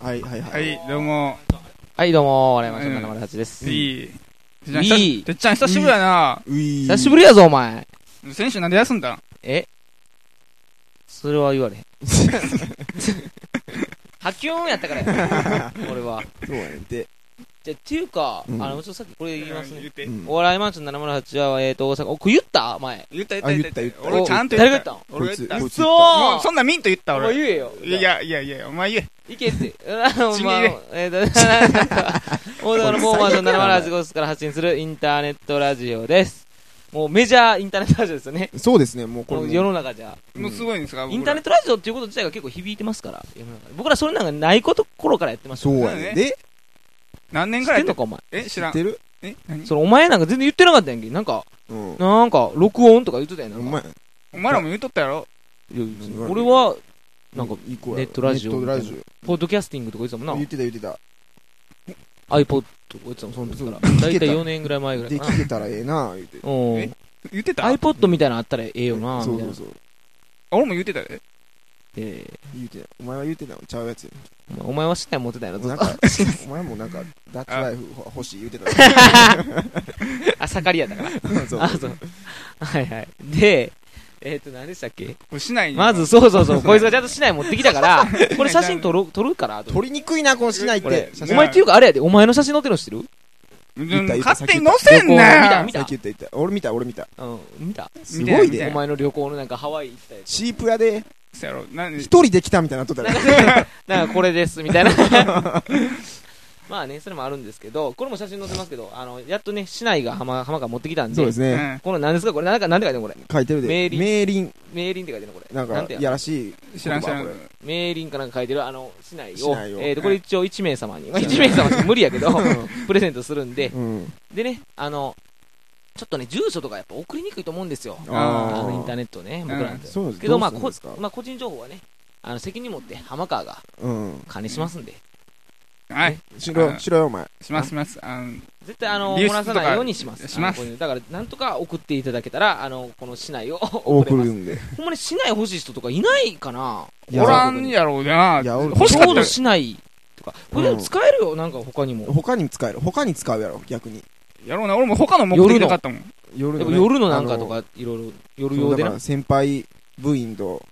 はいはいは。はいい、どうも。はい、どうも、笑いましょう、七丸八でウす。ィー。てっちゃウんィ久ーし、てっちゃん久しぶりやな。うい久しぶりやぞ、お前。選手なんで休んだんえそれは言わ れへん。ハキューンやったからや。俺は。り。そうやねんて。じゃ、っていうか、うんあの、ちょっとさっきこれ言いますね。てう。んお笑いマンション708は、えーと、大阪、お、これ言った前。言った言っあた言った言っっ言た。た俺ちゃんと言った。おこ俺いが言つ、った。こいつ。もうそんなんミント言ったお前俺。言えよ。いやいやいや、お前言え。いけって。うん、まあち、えっと、なんか、大阪の某マンション708号室から発信するインターネットラジオです。もうメジャーインターネットラジオですよね。そうですね、もうここのれ世も。の中じゃ。うんもうすごいんですかインターネッットラジオっていうこと自体が結構響いてますから、世の中で僕らそれなんかないこと頃からやってましたそうよ。やねん。で、ト何年知ぐっらていんやのっか、お前。てえ、知知らっん。てるえ、何そのお前なんか全然言ってなかったやんけ。なんか、うん。なんか、録音とか言ってたやん。なおんか前、お前らも言っとったやろいや言わん俺は、なんか、いい子やネットラジオネットラジポッドキャスティングとか言ってたもオ。ん言っな。てた言ってた。 iPod とか言ってたもん、その時から。だいたい4年ぐらい前ぐらいで、かな。聞けたらええな、言うて。うえん。言ってた iPod みたいなのあったらええよな、みたそいうなそう。そう。俺も言ってたで。ええ言うてた。お前は言うてたのちゃうやつや。お前お前は資材持ってたやろ、ずなっんと。か、 お前もなんか、ダッツライフ欲しい言うてた。 あ、盛りやだから。そうあ、そう。はいはい。で、えっと、何でしたっけこれ市内に。まず、、そうそうそう、こいつがちゃんと市内持ってきた から、これ写真撮る、撮るから、後で撮りにくいな、この市内っこれて。、写お真前っていうかあれやで、お前の写真載ってるの知ってる言った言った勝手に載せんな見さっき言った言った。俺見た、俺見た。うん、見たすごい見たでよお。前の旅行のなんかハワイ行ったやつ。 シープ屋で、そうやろ。何一人で来たみたいになっとったよ。なんかこれです、みたいな。 まあね、それもあるんですけど、これも写真載ってますけど、あの、やっとね、市内が浜、浜から持ってきたんで、そうですうね。ん。この何ですかこれ、なんか、なんて書いてんのこれ。書いてるで。名林名林。名林って書いてんのこれ。なんなかんて、ややらしい。知らん知らんこれ。名林かなんか書いてる、あの、市内を、市内をえっ、と、これ一応1名様に、まあ1名様しか無理やけど、 プレゼントするんで、うん。でね、あの、ちょっとね、住所とかやっぱ送りにくいと思うんですよ。あーあのインターネットね、僕らなんて。そうですけど、まあ、うするんこですか、まあ、個人情報はね、あの、責任持って浜川がうん。管理しますんで、はい。しろ、あしろよ、お前。しますします。あの、絶対、あの、流漏出らとかさないようにします。しますあのこういうだから、なんとか送っていただけたら、あの、この市内を送送れまるす。んで。ほんまに市内欲しい人とかいないかなや。おらんやろうないや俺欲しちかょっうたどよ。市内とか。これでも使えるよ、なんか他にも。他にも使える。他に使うやろ、逆に。やろうな。俺も他の目的なかったもん。夜でのもね。夜のなんかとあか、いろいろ、夜の。そ用うだでかなら、。先輩部員 と、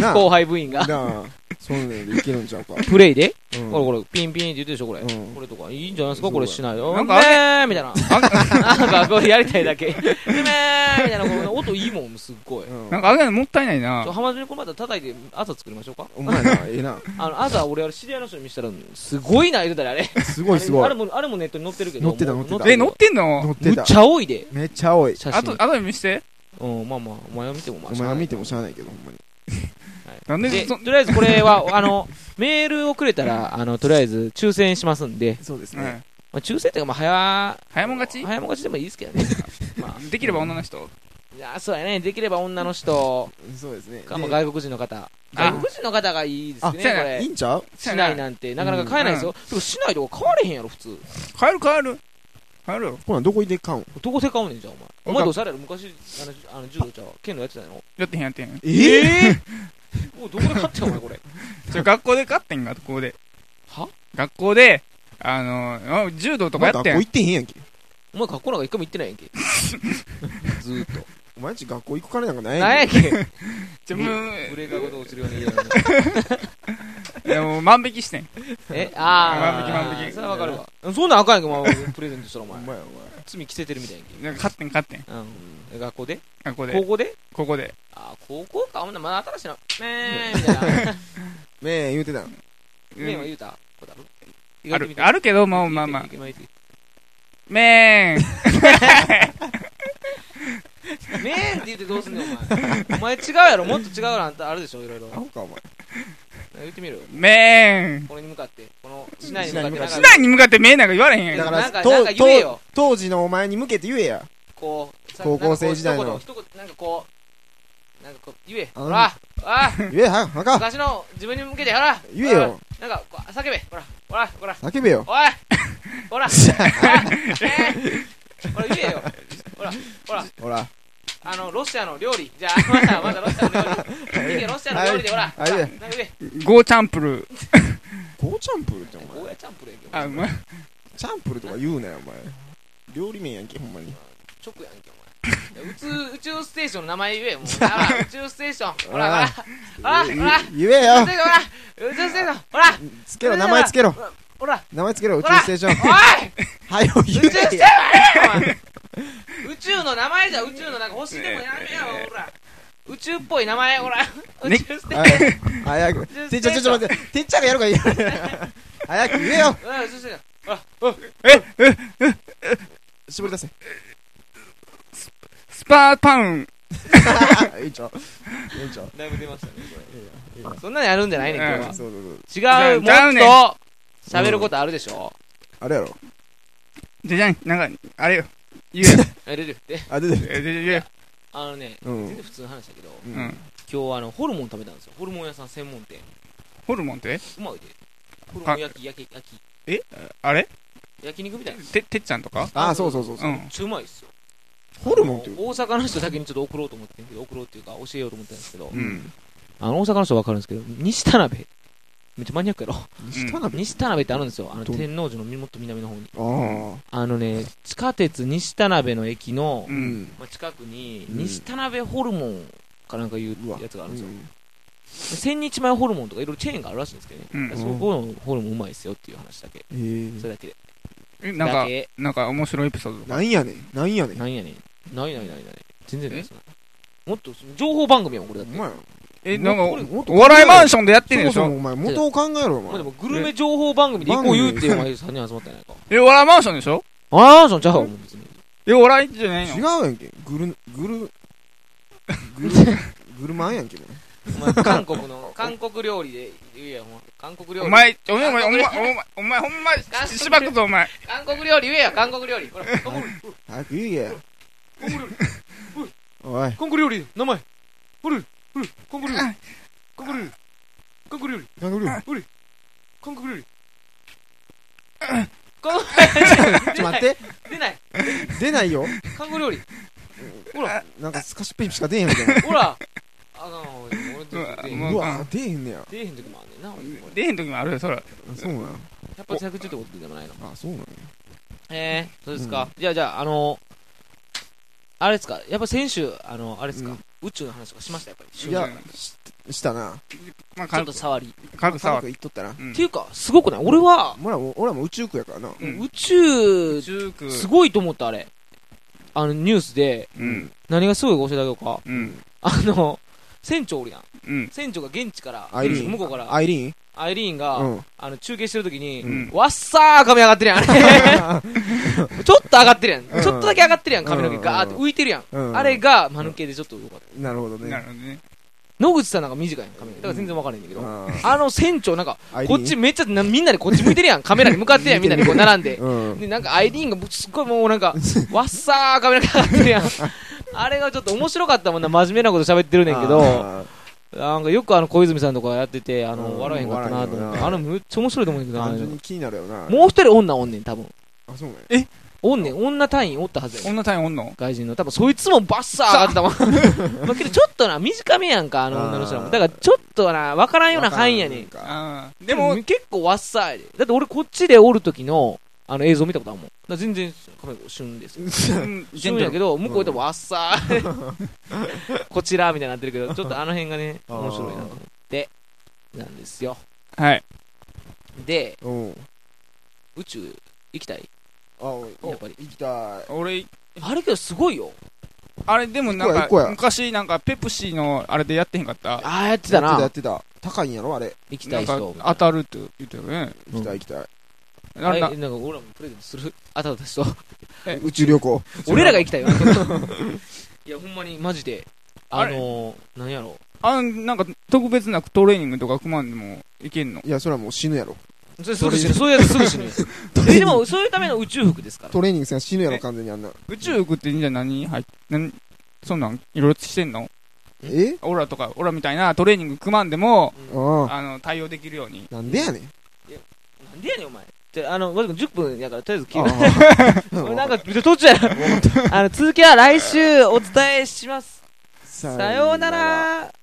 な後輩部員が、なあ、そういうのでいけるんちゃうか。プレイで、うんこれこれ、ピンピンって言ってるでしょ、これ。うんこれとか、いいんじゃないですか、これ市内よ。ななんんかか、あ ねれーみたい な。なんか、これやりたいだけ。でねーみたいな、この音いいもん、すっごい。ちうんなんかあれもったいないな ょ、。浜島にこれまた叩いて、朝作りましょうか。お前な、ええな。あの、朝、俺、あれ、知り合いの人に見せたら、すごいな、言うたら、あれ。すすごいすごあれい。も、あれもネットに載ってるけど。載ってたもう載ってたえ、乗ってんの乗ってむたっ。ちゃ多いで、めっちゃ多い。写あと、真。あと見して。うん、まあまあ、お前は見ても、まあ、お前は見てもしゃあないけど、ほんまに。はいなんでで、そとりあえずこれは、 あの、メールをくれたら、あの、とりあえず、抽選しますんで、そうですう。んまあ、抽選っていうか、まあ、早、早もん勝ち早もん勝ちでもいいですけどね。まあ、できれば女の人。いやそうやねできれば女の人そうですね。かもで外国人の方あ外国人の方がいいですあねこそうやいいれんちゃう市内なんてなかなか買えないですよてか市内とか買われへんやろ普通変える変える。変えるよ。ほら、どこ行って買うんどこで買うねんじゃんお前お前どうせあれやろ昔あのじあの柔道ちゃうわ剣道やってたのやってへんやってへん。ええおいどこで買ったんお前これちょ、学校で勝ってんか、学校で。は学校で、あのあ柔道とかやって学ん校。行ってへんやんけ。お前学校なんか一回も行ってないやんけずーっとお前んち学校行く金なんかないなんややんけちょ、うんもブう、レーカーごと落ちるようにいやもう万引きしてん。 えああ万引き万引きそれはわかるわそんなんあかんやんけお前プレゼントしたら おお前前お前。罪着せてるみたいやんけなんか勝ってん勝ってん。うん学校で学高校で。校でここで。あー高校かほんならまだ新しいのねえみたいなねえ、言うてたん。うんメンは 言うたことあるある、るあるけど、まあまあまあ。メめーん。ーンって言ってどうすんねん、お前。お前違うやろ、もっと違うやろ、あんたあるでしょ、いろいろア。ホか、お前。言ってみろよ。めーん。これに向かって、この、市内に向かって、なんか市内に向かってめーんなんか言われへんやだん。からなんかとなんか言えよ。当時のお前に向けて言えや。こう、さ高校生時代のなんかこう一言、一言なんかこう、なんかこう、言え。あのほら、あ言えや、はか。昔の自分に向けて、ほら。言えよ。ほら。なんか、こう叫べ、ほら、ほら、ほら、叫べよ。おいほら、ほ ら、えーほら、言えよ。ほら、ほら。ほら。あの、ロシアの料理。じゃあ、まだまだロシアの料理。次はロシアの料理で、ほら。はいはいなんか上ゴーチャンプルー。ゴーチャンプルっておゴー前ヤチャンプルやんけあ、おう前まい。チャンプルとか言うなよお前料理名やんけほんまに直やんけお前宇宙宇宙ステーションの名前言え よもうほら宇宙ステーションほらほらほらほらい言えほよら宇宙ステーションほらつけろ名前つけろほら名前つけろ宇宙ほらステーションおいはよ宇言宙ステえーシよョンお前宇宙の名前じゃ宇宙のなんか星でもやめよほら宇宙っぽい名前ほら宇宙ステーはシい早く宇宙ステーションてっちゃんちょっと待っててっちゃんがやるから言えよ早く言えよョンほら宇宙ステーションほら絞り出せ スパーパン。委員長委員長だいぶ出ましたねこれそんなにあるんじゃないねん今うん日はそうそうそう違う、んちゃうねんもっと喋ることあるでしょ、あれやろじゃじゃん、なんか、あれよ。言えよ。あれでであ出てるえじゃじゃあのね、うん全然普通の話だけど、ううんん。今日あのホルモン食べたんですよ、ホルモン屋さん専門店、ホルモンってうまいで、ホルモン焼き、焼き、焼き、あれ焼肉みたいな、て、てっちゃんとかあそうそうそうう。そうんちょうまいっすよ、ホルモンってあの大阪の人だけにちょっと送ろうと思ってんけど、送ろうっていうか、教えようと思ったんですけど、うんあの大阪の人わかるんですけど、西田鍋、めっちゃマニアックやろ、 西田鍋西田鍋ってあるんですよ、あのどん天王寺のもっと南の方に、あああのね、地下鉄西田鍋の駅の、うう。んんまあ、近くに、うん西田鍋ホルモンかなんかいううわやつがあるんですよ。うんで千日前ホルモンとかいろいろチェーンがあるらしいんですけどね、うんそこのホルモンうまいですよっていう話だけ、えーそれだけで、え、なんだか、けなんか面白いエピソードとか。なんやねんなんやねんなんやねんないないないない全然ないそんなもっと情報番組やもんこれだおって前え、なんかもっともっ、とお笑いマンションでやってんでしそもそょもお前元を考えろおまあ、で前もグルメ情報番組で一個言うっていうお前3人集まったんやないかえ、お笑いマンションでしょああそんちゃうわもう別にえ、お笑いじゃない違のうやんけグルグル グルグルマンやんけもうお前韓国の韓国料理で言えやほんま韓国料理お前、お前、お前、お前、お前、ほんま、しばくぞ、お前。韓国料理言えや韓国料理ほら韓国料理早く言えや韓国料理おい韓国料理名前ほるほる韓国料理韓国料理韓国料理な んかグル韓国料理ちょ待って出ない出ないよ韓国料理ほらなんかスカシペンしか出えへんけどほらあかん俺俺出えへんも ううわ出えへんねや出えへん時もあんねんな俺出へん時もあるよ、そら。あそうなんやっぱ100中ってことでもないのあそうなんやえー、そうですか、じゃあじゃああのあれですかやっぱ先週あのあれですか、うん宇宙の話とかしましたやっぱりいやししたなちまあ、ょっ軽とく、触り、軽く科触学る。行っとったなうんっていうかすごくない俺は、俺らも俺らも宇宙区やからなうん宇宙中区。すごいと思ったあれあのニュースでうん。何がすごいか教えてあげようかうん。あの船長おるやんうん。船長が現地からアイリーン向こうからアイリーンアイリーンが、 うんあの中継してるときに、うんわっさー髪上がって るやん、あれちょっと上がってるやん、うんちょっとだけ上がってるやん、髪の毛ガーってうん浮いてるやん、うんあれが間抜けでちょっと動かった、なるほどなねるほどね。野口さんなんか短いやん、髪の毛、だから全然分からへんねんけど、ああの船長、なんか、ーアイリ こーっンちめっちゃなみんなでこっち向いてるやん、カメラに向かってやん、みんなでこう並んで、うんでなんかアイリーンがすっごいもう なんか、わっさー髪の毛上がってるやん、あれがちょっと面白かったもんな、真面目なこと喋ってるねんけど。あーなんかよくあの小泉さんとかやってて、あうんの、笑えへんかったなと思っ笑えへんよて、なあれめっちゃ面白いと思うんだけどなあ単れ純もに気になるよなう一人女おんねん、多分。あそうなんやおんねん、女隊員おったはずやねん。女単位おんの外人の。多分そいつもバッサー上がってたもん。 まあけどちょっとな、短めやんか、あの女の人らあも。ーだからちょっとな、わからんような範囲やねわん。からんかああ。ででもも、結構わっさーやで。だって俺こっちでおる時の、あの映像見たことあるもん。だから全然、カメラ旬ですよ。うんジェ旬ントやルけど、向こうでもわっさー。 こちらみたいになってるけど、ちょっとあの辺がね、あー面白いなと思って、なんですよ。はい。で、うん宇宙行きたいあおいやっぱり行きたい俺、あれけどすごいよあれでもなん行こうや行こうやか、昔なんかペプシのあれでやってへんかった。ああやってたやなってたやってた高いんやろあれ行きたないんか人当たるって言ってたよね。行きたい行きたいなえんなだんか俺らもプレゼントす るあたた人宇宙旅行俺らが行きたいよいやほんまにマジであのー、なんやろあんなんか特別なトレーニングとか組まんでもいけんのいやそれはもう死ぬやろそれすぐ死ぬそういうやつすぐ 死ぬよえでもそういうための宇宙服ですからトレーニングせん死ぬやろ完全にあんな宇宙服ってじゃあ何入っ何そんなんいろいろしてんのえオラとか、オラみたいなトレーニング組まんでも、ああの、対応できるように。あなんでやねんなんでやねんお前じゃああのわずか10分やからとりあえず切るあ俺 なんか途中やあの続きは来週お伝えしますささようなら